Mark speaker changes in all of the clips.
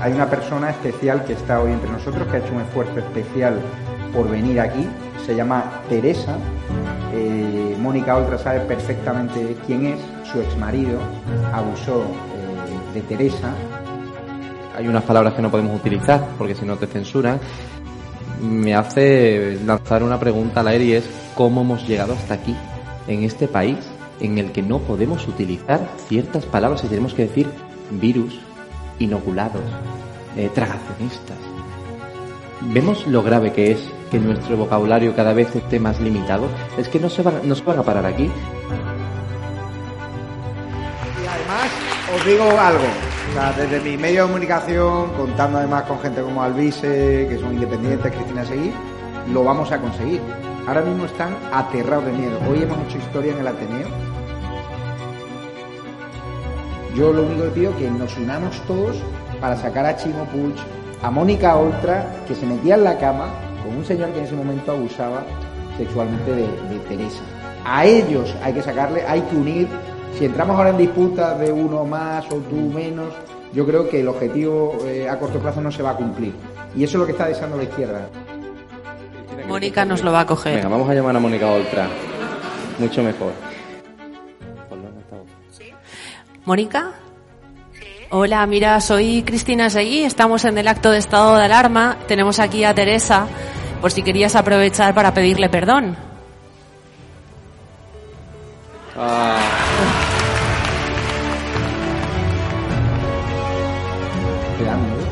Speaker 1: hay una persona especial que está hoy entre nosotros, que ha hecho un esfuerzo especial por venir aquí. Se llama Teresa. Eh, Mónica Oltra sabe perfectamente quién es. Su exmarido abusó eh, de Teresa.
Speaker 2: Hay unas palabras que no podemos utilizar porque si no te censuran. Me hace lanzar una pregunta al aire y es cómo hemos llegado hasta aquí, en este país en el que no podemos utilizar ciertas palabras y tenemos que decir virus, inoculados, eh, tragacionistas. Vemos lo grave que es que nuestro vocabulario cada vez esté más limitado. Es que no se van, no se van a parar aquí.
Speaker 1: Y además, os digo algo. O sea, desde mi medio de comunicación, contando además con gente como Alvise, que son independientes, Cristina Seguí, lo vamos a conseguir. Ahora mismo están aterrados de miedo. Hoy hemos hecho historia en el Ateneo. Yo lo único que pido es que nos unamos todos para sacar a Chimo Puig, a Mónica Oltra, que se metía en la cama con un señor que en ese momento abusaba sexualmente de, de Teresa. A ellos hay que sacarle, hay que unir. Si entramos ahora en disputas de uno más o tú menos, yo creo que el objetivo eh, a corto plazo no se va a cumplir. Y eso es lo que está deseando la izquierda.
Speaker 3: Mónica nos lo va a coger.
Speaker 2: Venga, vamos a llamar a Mónica Oltra. Mucho mejor. Pues
Speaker 3: ¿Mónica? Hola, mira, soy Cristina Seguí, estamos en el acto de estado de alarma, tenemos aquí a Teresa, por si querías aprovechar para pedirle perdón.
Speaker 1: Te da miedo.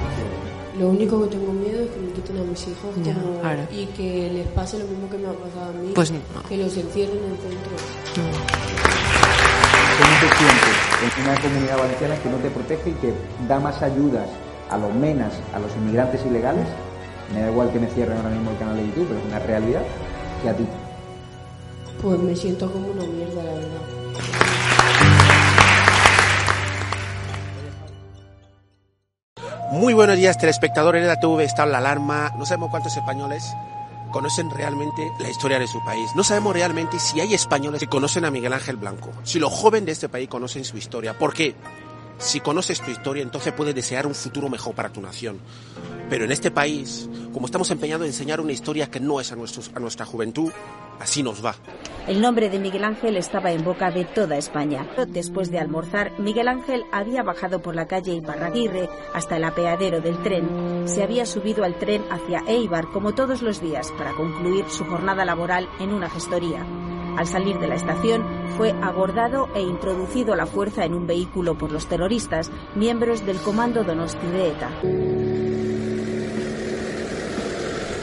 Speaker 4: Lo único que tengo miedo es que me quiten a mis hijos
Speaker 3: Ya,
Speaker 4: como-
Speaker 3: claro.
Speaker 4: y que les pase lo mismo que me ha pasado a mí.
Speaker 3: Pues no.
Speaker 4: Que los encierren en centros.
Speaker 1: ¿Cómo te sientes en una comunidad valenciana que no te protege y que da más ayudas a los menas, a los inmigrantes ilegales? Me da igual que me cierren ahora mismo el canal de YouTube, pero es una realidad que a ti.
Speaker 4: Pues me siento como una mierda, la verdad.
Speaker 5: Muy buenos días, telespectadores de la TV. Está la alarma. No sabemos cuántos españoles conocen realmente la historia de su país. No sabemos realmente si hay españoles que conocen a Miguel Ángel Blanco. Si los jóvenes de este país conocen su historia. ¿Por qué? Si conoces tu historia, entonces puedes desear un futuro mejor para tu nación. Pero en este país, como estamos empeñados en enseñar una historia que no es a, nuestros- a nuestra juventud, así nos va.
Speaker 6: El nombre de Miguel Ángel estaba en boca de toda España. Después de almorzar, Miguel Ángel había bajado por la calle Ibarraguirre hasta el apeadero del tren. Se había subido al tren hacia Eibar como todos los días para concluir su jornada laboral en una gestoría. Al salir de la estación, fue abordado e introducido a la fuerza en un vehículo por los terroristas, miembros del comando Donosti de ETA.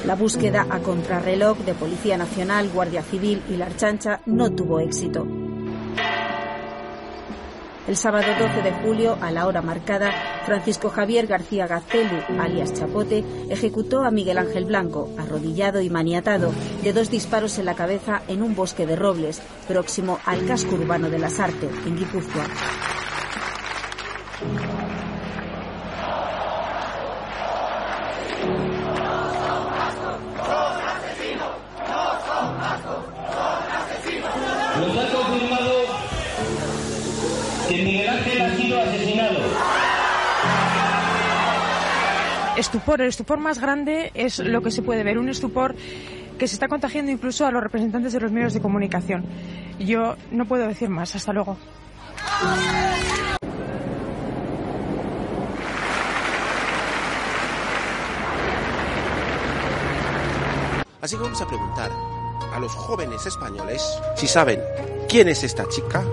Speaker 6: La búsqueda a contrarreloj de Policía Nacional, Guardia Civil y la Archancha no tuvo éxito. El sábado 12 de julio, a la hora marcada, Francisco Javier García Gaztelu, alias Chapote, ejecutó a Miguel Ángel Blanco, arrodillado y maniatado, de dos disparos en la cabeza en un bosque de robles, próximo al casco urbano de Las Artes, en Guipúzcoa.
Speaker 7: Nos ha confirmado que Miguel Ángel ha sido asesinado.
Speaker 8: estupor. El estupor más grande es lo que se puede ver, un estupor que se está contagiando incluso a los representantes de los medios de comunicación. Yo no puedo decir más. Hasta luego.
Speaker 5: Así que vamos a preguntar a los jóvenes españoles si saben quién es esta chica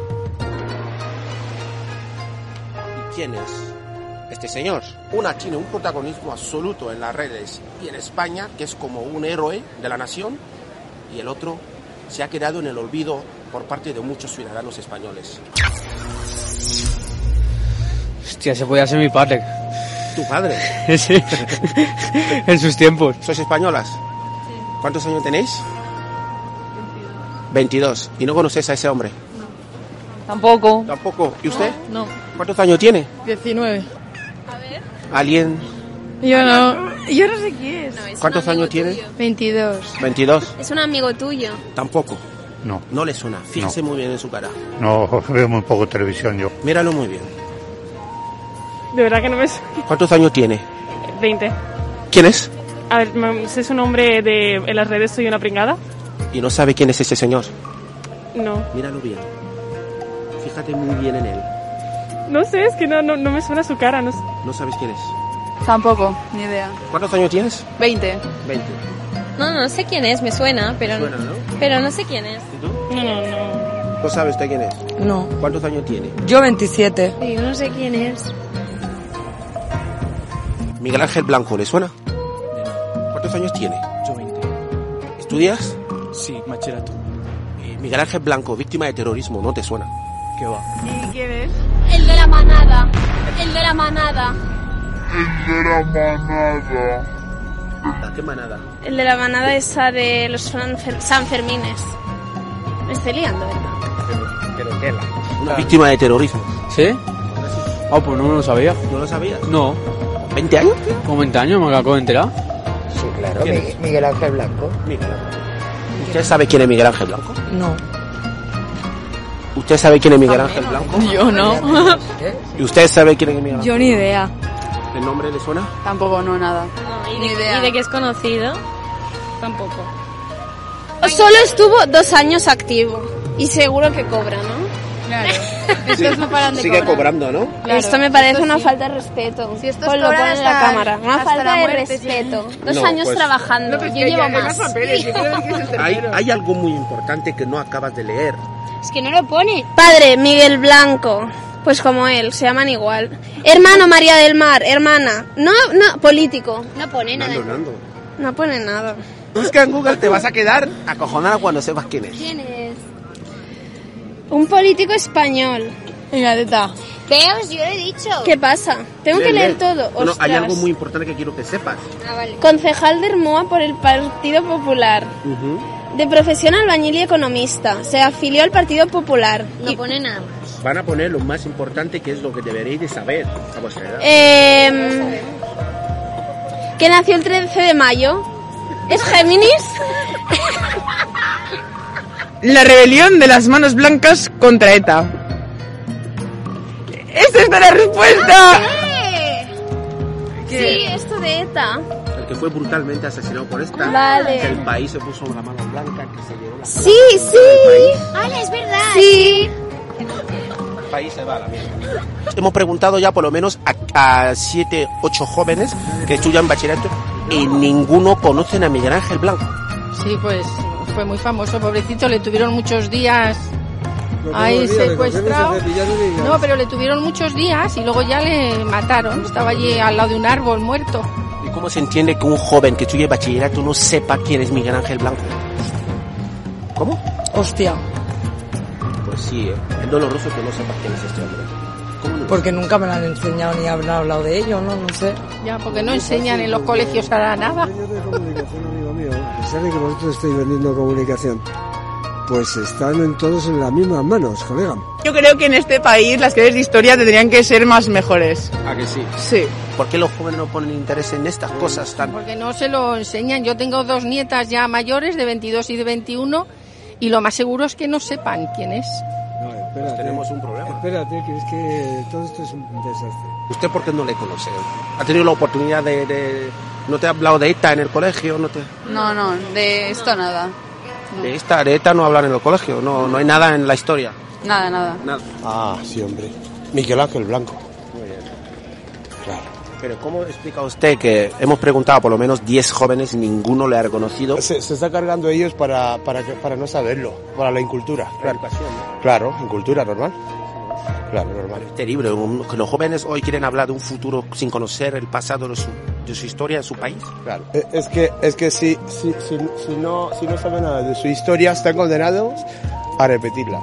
Speaker 5: y quién es este señor. Una tiene un protagonismo absoluto en las redes y en España, que es como un héroe de la nación, y el otro se ha quedado en el olvido por parte de muchos ciudadanos españoles.
Speaker 9: Hostia, se podía ser mi padre.
Speaker 5: Tu padre,
Speaker 9: Sí. en sus tiempos.
Speaker 5: ¿sois españolas? ¿Cuántos años tenéis? 22. ¿Y no conocéis a ese hombre?
Speaker 10: Tampoco.
Speaker 5: Tampoco. ¿Y usted?
Speaker 10: No.
Speaker 5: ¿Cuántos años tiene?
Speaker 10: 19.
Speaker 5: ¿Alguien?
Speaker 10: Yo no.
Speaker 8: Yo no sé quién es.
Speaker 5: ¿Cuántos años tiene?
Speaker 10: 22.
Speaker 5: 22.
Speaker 4: Es un amigo tuyo.
Speaker 5: Tampoco.
Speaker 11: No,
Speaker 5: No le suena. Fíjense muy bien en su cara.
Speaker 11: no veo muy poco televisión yo.
Speaker 5: Míralo muy bien.
Speaker 11: De verdad que no me suena.
Speaker 5: ¿Cuántos años tiene?
Speaker 11: 20.
Speaker 5: ¿Quién es?
Speaker 11: A ver, me- sé su nombre de, en las redes, soy una pringada.
Speaker 5: Y no sabe quién es ese señor.
Speaker 11: No.
Speaker 5: Míralo bien. Fíjate muy bien en él.
Speaker 11: No sé, es que no, no, no me suena su cara. No sé.
Speaker 5: No sabes quién es.
Speaker 10: Tampoco, ni idea.
Speaker 5: ¿Cuántos años tienes?
Speaker 10: 20.
Speaker 5: 20.
Speaker 12: No, no sé quién es, me suena, pero
Speaker 5: Suena, ¿no?
Speaker 12: pero no sé quién es.
Speaker 11: No, no, no.
Speaker 5: ¿No sabe usted quién es?
Speaker 13: No.
Speaker 5: ¿Cuántos años tiene?
Speaker 13: Yo 27.
Speaker 12: Yo no sé quién es.
Speaker 5: Miguel Ángel Blanco, ¿le suena? ¿Cuántos años tiene?
Speaker 14: Yo 20.
Speaker 5: ¿Estudias?
Speaker 14: Sí, bachillerato.
Speaker 5: Eh, Miguel Ángel Blanco, víctima de terrorismo, ¿no te suena?
Speaker 14: ¿Qué va?
Speaker 15: ¿Y quién es?
Speaker 16: El de la manada. El de la manada.
Speaker 5: El de la manada. ¿Qué manada?
Speaker 12: El de la manada esa de los Sanfer- Sanfermines. Me estoy liando, ¿eh? ¿verdad?
Speaker 9: Pero tela.
Speaker 5: Una víctima de terrorismo.
Speaker 9: ¿Sí? Ah, pues no me lo sabía.
Speaker 5: ¿No lo sabías?
Speaker 9: No.
Speaker 5: ¿20 años?
Speaker 9: ¿Con 20 años me acabo de enterar?
Speaker 5: Sí, claro.
Speaker 9: ¿Quién
Speaker 13: Mi- Miguel Ángel Blanco.
Speaker 5: ¿Usted sabe quién es Miguel Ángel Blanco?
Speaker 13: No.
Speaker 5: ¿Usted sabe quién es Miguel Ángel Blanco? ¿Eh?
Speaker 10: Yo no.
Speaker 5: ¿Y usted sabe quién es Miguel Ángel?
Speaker 10: Yo ni idea.
Speaker 5: ¿El nombre le suena?
Speaker 10: Tampoco, no, nada.
Speaker 12: ¿Y
Speaker 10: Ni
Speaker 12: de,
Speaker 10: idea.
Speaker 12: ¿Y de qué es conocido? Tampoco. Solo estuvo dos años activo y seguro que cobra, ¿no? Claro.
Speaker 5: Sí, Sigue cobrando, ¿no?
Speaker 12: Esto me parece una falta de respeto. Si esto
Speaker 10: cobran
Speaker 12: en la
Speaker 10: hasta-
Speaker 12: cámara. Una
Speaker 10: hasta
Speaker 12: falta
Speaker 10: la
Speaker 12: de
Speaker 10: muerte,
Speaker 12: respeto.
Speaker 5: sí.
Speaker 12: Dos
Speaker 5: No,
Speaker 12: años
Speaker 5: pues-
Speaker 12: trabajando.
Speaker 10: No, pero es
Speaker 12: yo
Speaker 10: que
Speaker 12: llevo
Speaker 10: hay más
Speaker 12: más.
Speaker 10: papeles, yo creo que es el
Speaker 5: Hay, hay algo muy importante que no acabas de leer.
Speaker 12: Es que no lo pone. Padre, Miguel Blanco. Pues como él, se llaman igual. Hermano María del Mar, hermana. No, no, político. No pone
Speaker 5: Nando, Nando.
Speaker 12: No pone nada.
Speaker 5: Busca en Google, te vas a quedar acojonada cuando sepas quién es.
Speaker 12: ¿Quién es? Un político español. Venga, teta. Veos, yo he dicho. ¿Qué pasa? Tengo que
Speaker 5: Lee,
Speaker 12: leer
Speaker 5: lee.
Speaker 12: todo.
Speaker 5: No, no, hay
Speaker 12: Ostras.
Speaker 5: algo muy importante que quiero que sepas.
Speaker 12: Concejal de Hermoa por el Partido Popular.
Speaker 5: Ujú.
Speaker 12: De profesión albañil y economista. Se afilió al Partido Popular. No pone nada.
Speaker 5: Van a poner lo más importante que es lo que deberéis de saber a vuestra edad.
Speaker 12: Eh, que nació el 13 de mayo. ¿Es Géminis?
Speaker 13: La rebelión de las manos blancas contra ETA. ¡Esa es la respuesta!
Speaker 12: Sí, esto de ETA.
Speaker 5: El que fue brutalmente asesinado por esta.
Speaker 12: Vale.
Speaker 5: Que el país se puso la mano blanca, que se dieron la
Speaker 12: Sí, sí. ¡Hala, es verdad! Sí.
Speaker 5: El país se va a la mierda. Hemos preguntado ya por lo menos a, a siete, ocho jóvenes que estudian bachillerato y ninguno conocen a Miguel Ángel Blanco.
Speaker 17: Sí, pues fue muy famoso, pobrecito, le tuvieron muchos días ahí
Speaker 18: olvida, le cogieron
Speaker 17: secuestrado.
Speaker 18: ese cepillado y-
Speaker 17: No, pero le tuvieron muchos días y luego ya le mataron. Estaba allí al lado de un árbol muerto.
Speaker 5: ¿Y cómo se entiende que un joven que estudie bachillerato no sepa quién es Miguel Ángel Blanco? ¿Cómo?
Speaker 13: Hostia,
Speaker 5: Pues sí, ¿eh? es doloroso que no sepas quién es este hombre. ¿Cómo no?
Speaker 13: porque nunca me lo han enseñado ni han hablado de ello, ¿no? No sé.
Speaker 17: Ya, porque no enseñan en los colegios a nada.
Speaker 18: amigo mío, a pesar de que vosotros estáis vendiendo comunicación, pues están en todos en las mismas manos, colega.
Speaker 13: Yo creo que en este país las clases de historia tendrían que ser más mejores.
Speaker 5: ¿A que sí?
Speaker 13: Sí.
Speaker 5: ¿Por qué los jóvenes no ponen interés en estas cosas tan...
Speaker 17: Porque no se lo enseñan. Yo tengo dos nietas ya mayores, de 22 y de 21, y lo más seguro es que no sepan quién es.
Speaker 18: Espérate,
Speaker 5: tenemos un problema.
Speaker 1: eh.
Speaker 18: Espérate, que es que todo esto es un desastre.
Speaker 5: ¿Usted por qué no le conoce? ¿Ha tenido la oportunidad de... de- ¿No te ha hablado de ETA en el colegio? ¿No te...
Speaker 10: No, no, de esto nada.
Speaker 5: De, esta, de ETA no hablan en el colegio, no, no hay nada en la historia.
Speaker 10: Nada, nada.
Speaker 5: Ah, sí, hombre. Miguel Ángel Blanco. Muy bien. Claro. Pero ¿cómo explica usted que hemos preguntado a por lo menos 10 jóvenes, ninguno le ha reconocido?
Speaker 19: Se, se está cargando ellos para, para, que- para no saberlo, para la incultura. Claro, claro incultura normal. Claro, normal.
Speaker 5: Este libro, un- que los jóvenes hoy quieren hablar de un futuro sin conocer el pasado de su, de su historia, de su país. Claro.
Speaker 19: Eh, Es que, es que si, si, si, si no, si no saben nada de su historia, están condenados a repetirla.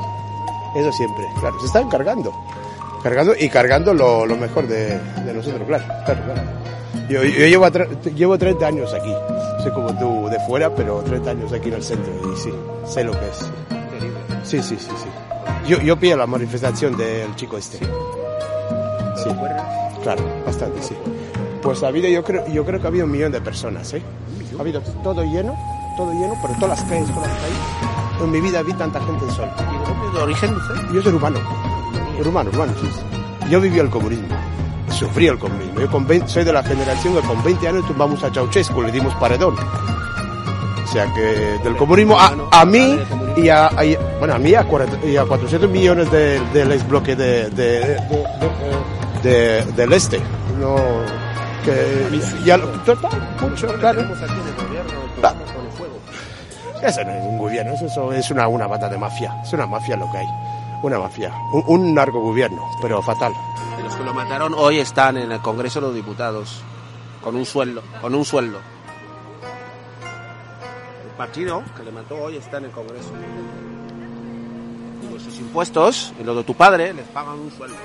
Speaker 19: Eso siempre, claro. Se están cargando. Cargando y cargando lo, lo mejor de, de nosotros, claro. claro, claro. Yo, yo llevo, atr- llevo 30 años aquí. Soy como tú de fuera, pero 30 años aquí en el centro. Y sí, sé lo que es. Sí, sí, sí, sí. Yo, yo pillo la manifestación del chico este. Sí. Claro, bastante, sí. Pues ha habido, yo creo, yo creo que ha habido un millón de personas, ¿eh? Ha habido todo lleno, todo lleno, pero todas las calles, todas las calles. En mi vida vi tanta gente en sol.
Speaker 5: de origen
Speaker 19: Yo soy urbano. Urbano, urbano, sí. sí. Yo viví el comunismo. sufrió el comunismo. Yo con 20 soy de la generación que con 20 años tumbamos a Ceausescu, le dimos paredón. O sea que del comunismo a, a mí y a, y- bueno a mí a, 40 y a 400 millones de- del exbloque de, de- de- de- del este. No, que ya lo- total mucho claro. Ah. Eso no es un gobierno, eso, eso es una, una banda de mafia, es una mafia lo que hay, una mafia, un, un narco gobierno, pero fatal.
Speaker 5: Y los que lo mataron hoy están en el Congreso de los Diputados con un sueldo, con un sueldo. El partido que le mató hoy está en el Congreso. Y vuestros impuestos y los de tu padre les pagan un sueldo.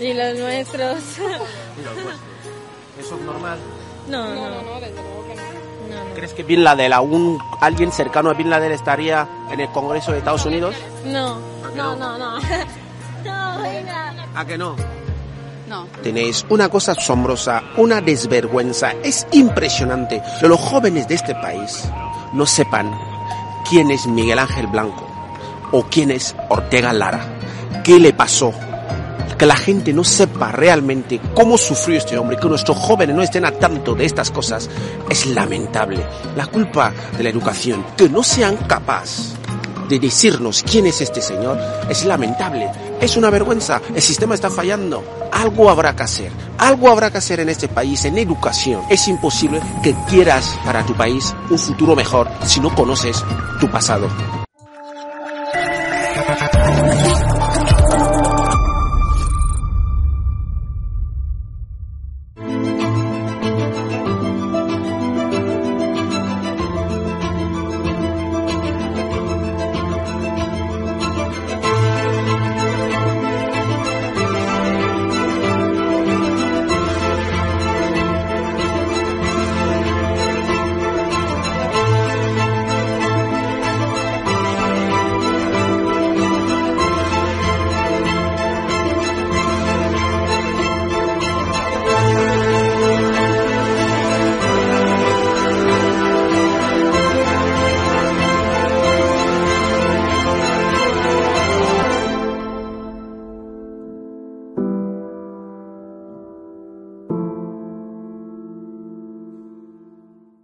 Speaker 14: Y los nuestros.
Speaker 5: Y los vuestros. Eso es normal.
Speaker 14: No, no, no, desde luego que no. No,
Speaker 5: ¿Crees que Bin Laden, algún, alguien cercano a Bin Laden estaría en el Congreso de Estados Unidos?
Speaker 14: no. No,
Speaker 5: no?
Speaker 14: no, no. No, venga.
Speaker 5: ¿A que no?
Speaker 10: No.
Speaker 5: Tenéis una cosa asombrosa, una desvergüenza. Es impresionante que los jóvenes de este país no sepan quién es Miguel Ángel Blanco o quién es Ortega Lara. ¿Qué le pasó? Que la gente no sepa realmente cómo sufrió este hombre, que nuestros jóvenes no estén al tanto de estas cosas, es lamentable. La culpa de la educación, que no sean capaces de decirnos quién es este señor es lamentable, es una vergüenza, el sistema está fallando, algo habrá que hacer, algo habrá que hacer en este país, en educación. Es imposible que quieras para tu país un futuro mejor si no conoces tu pasado.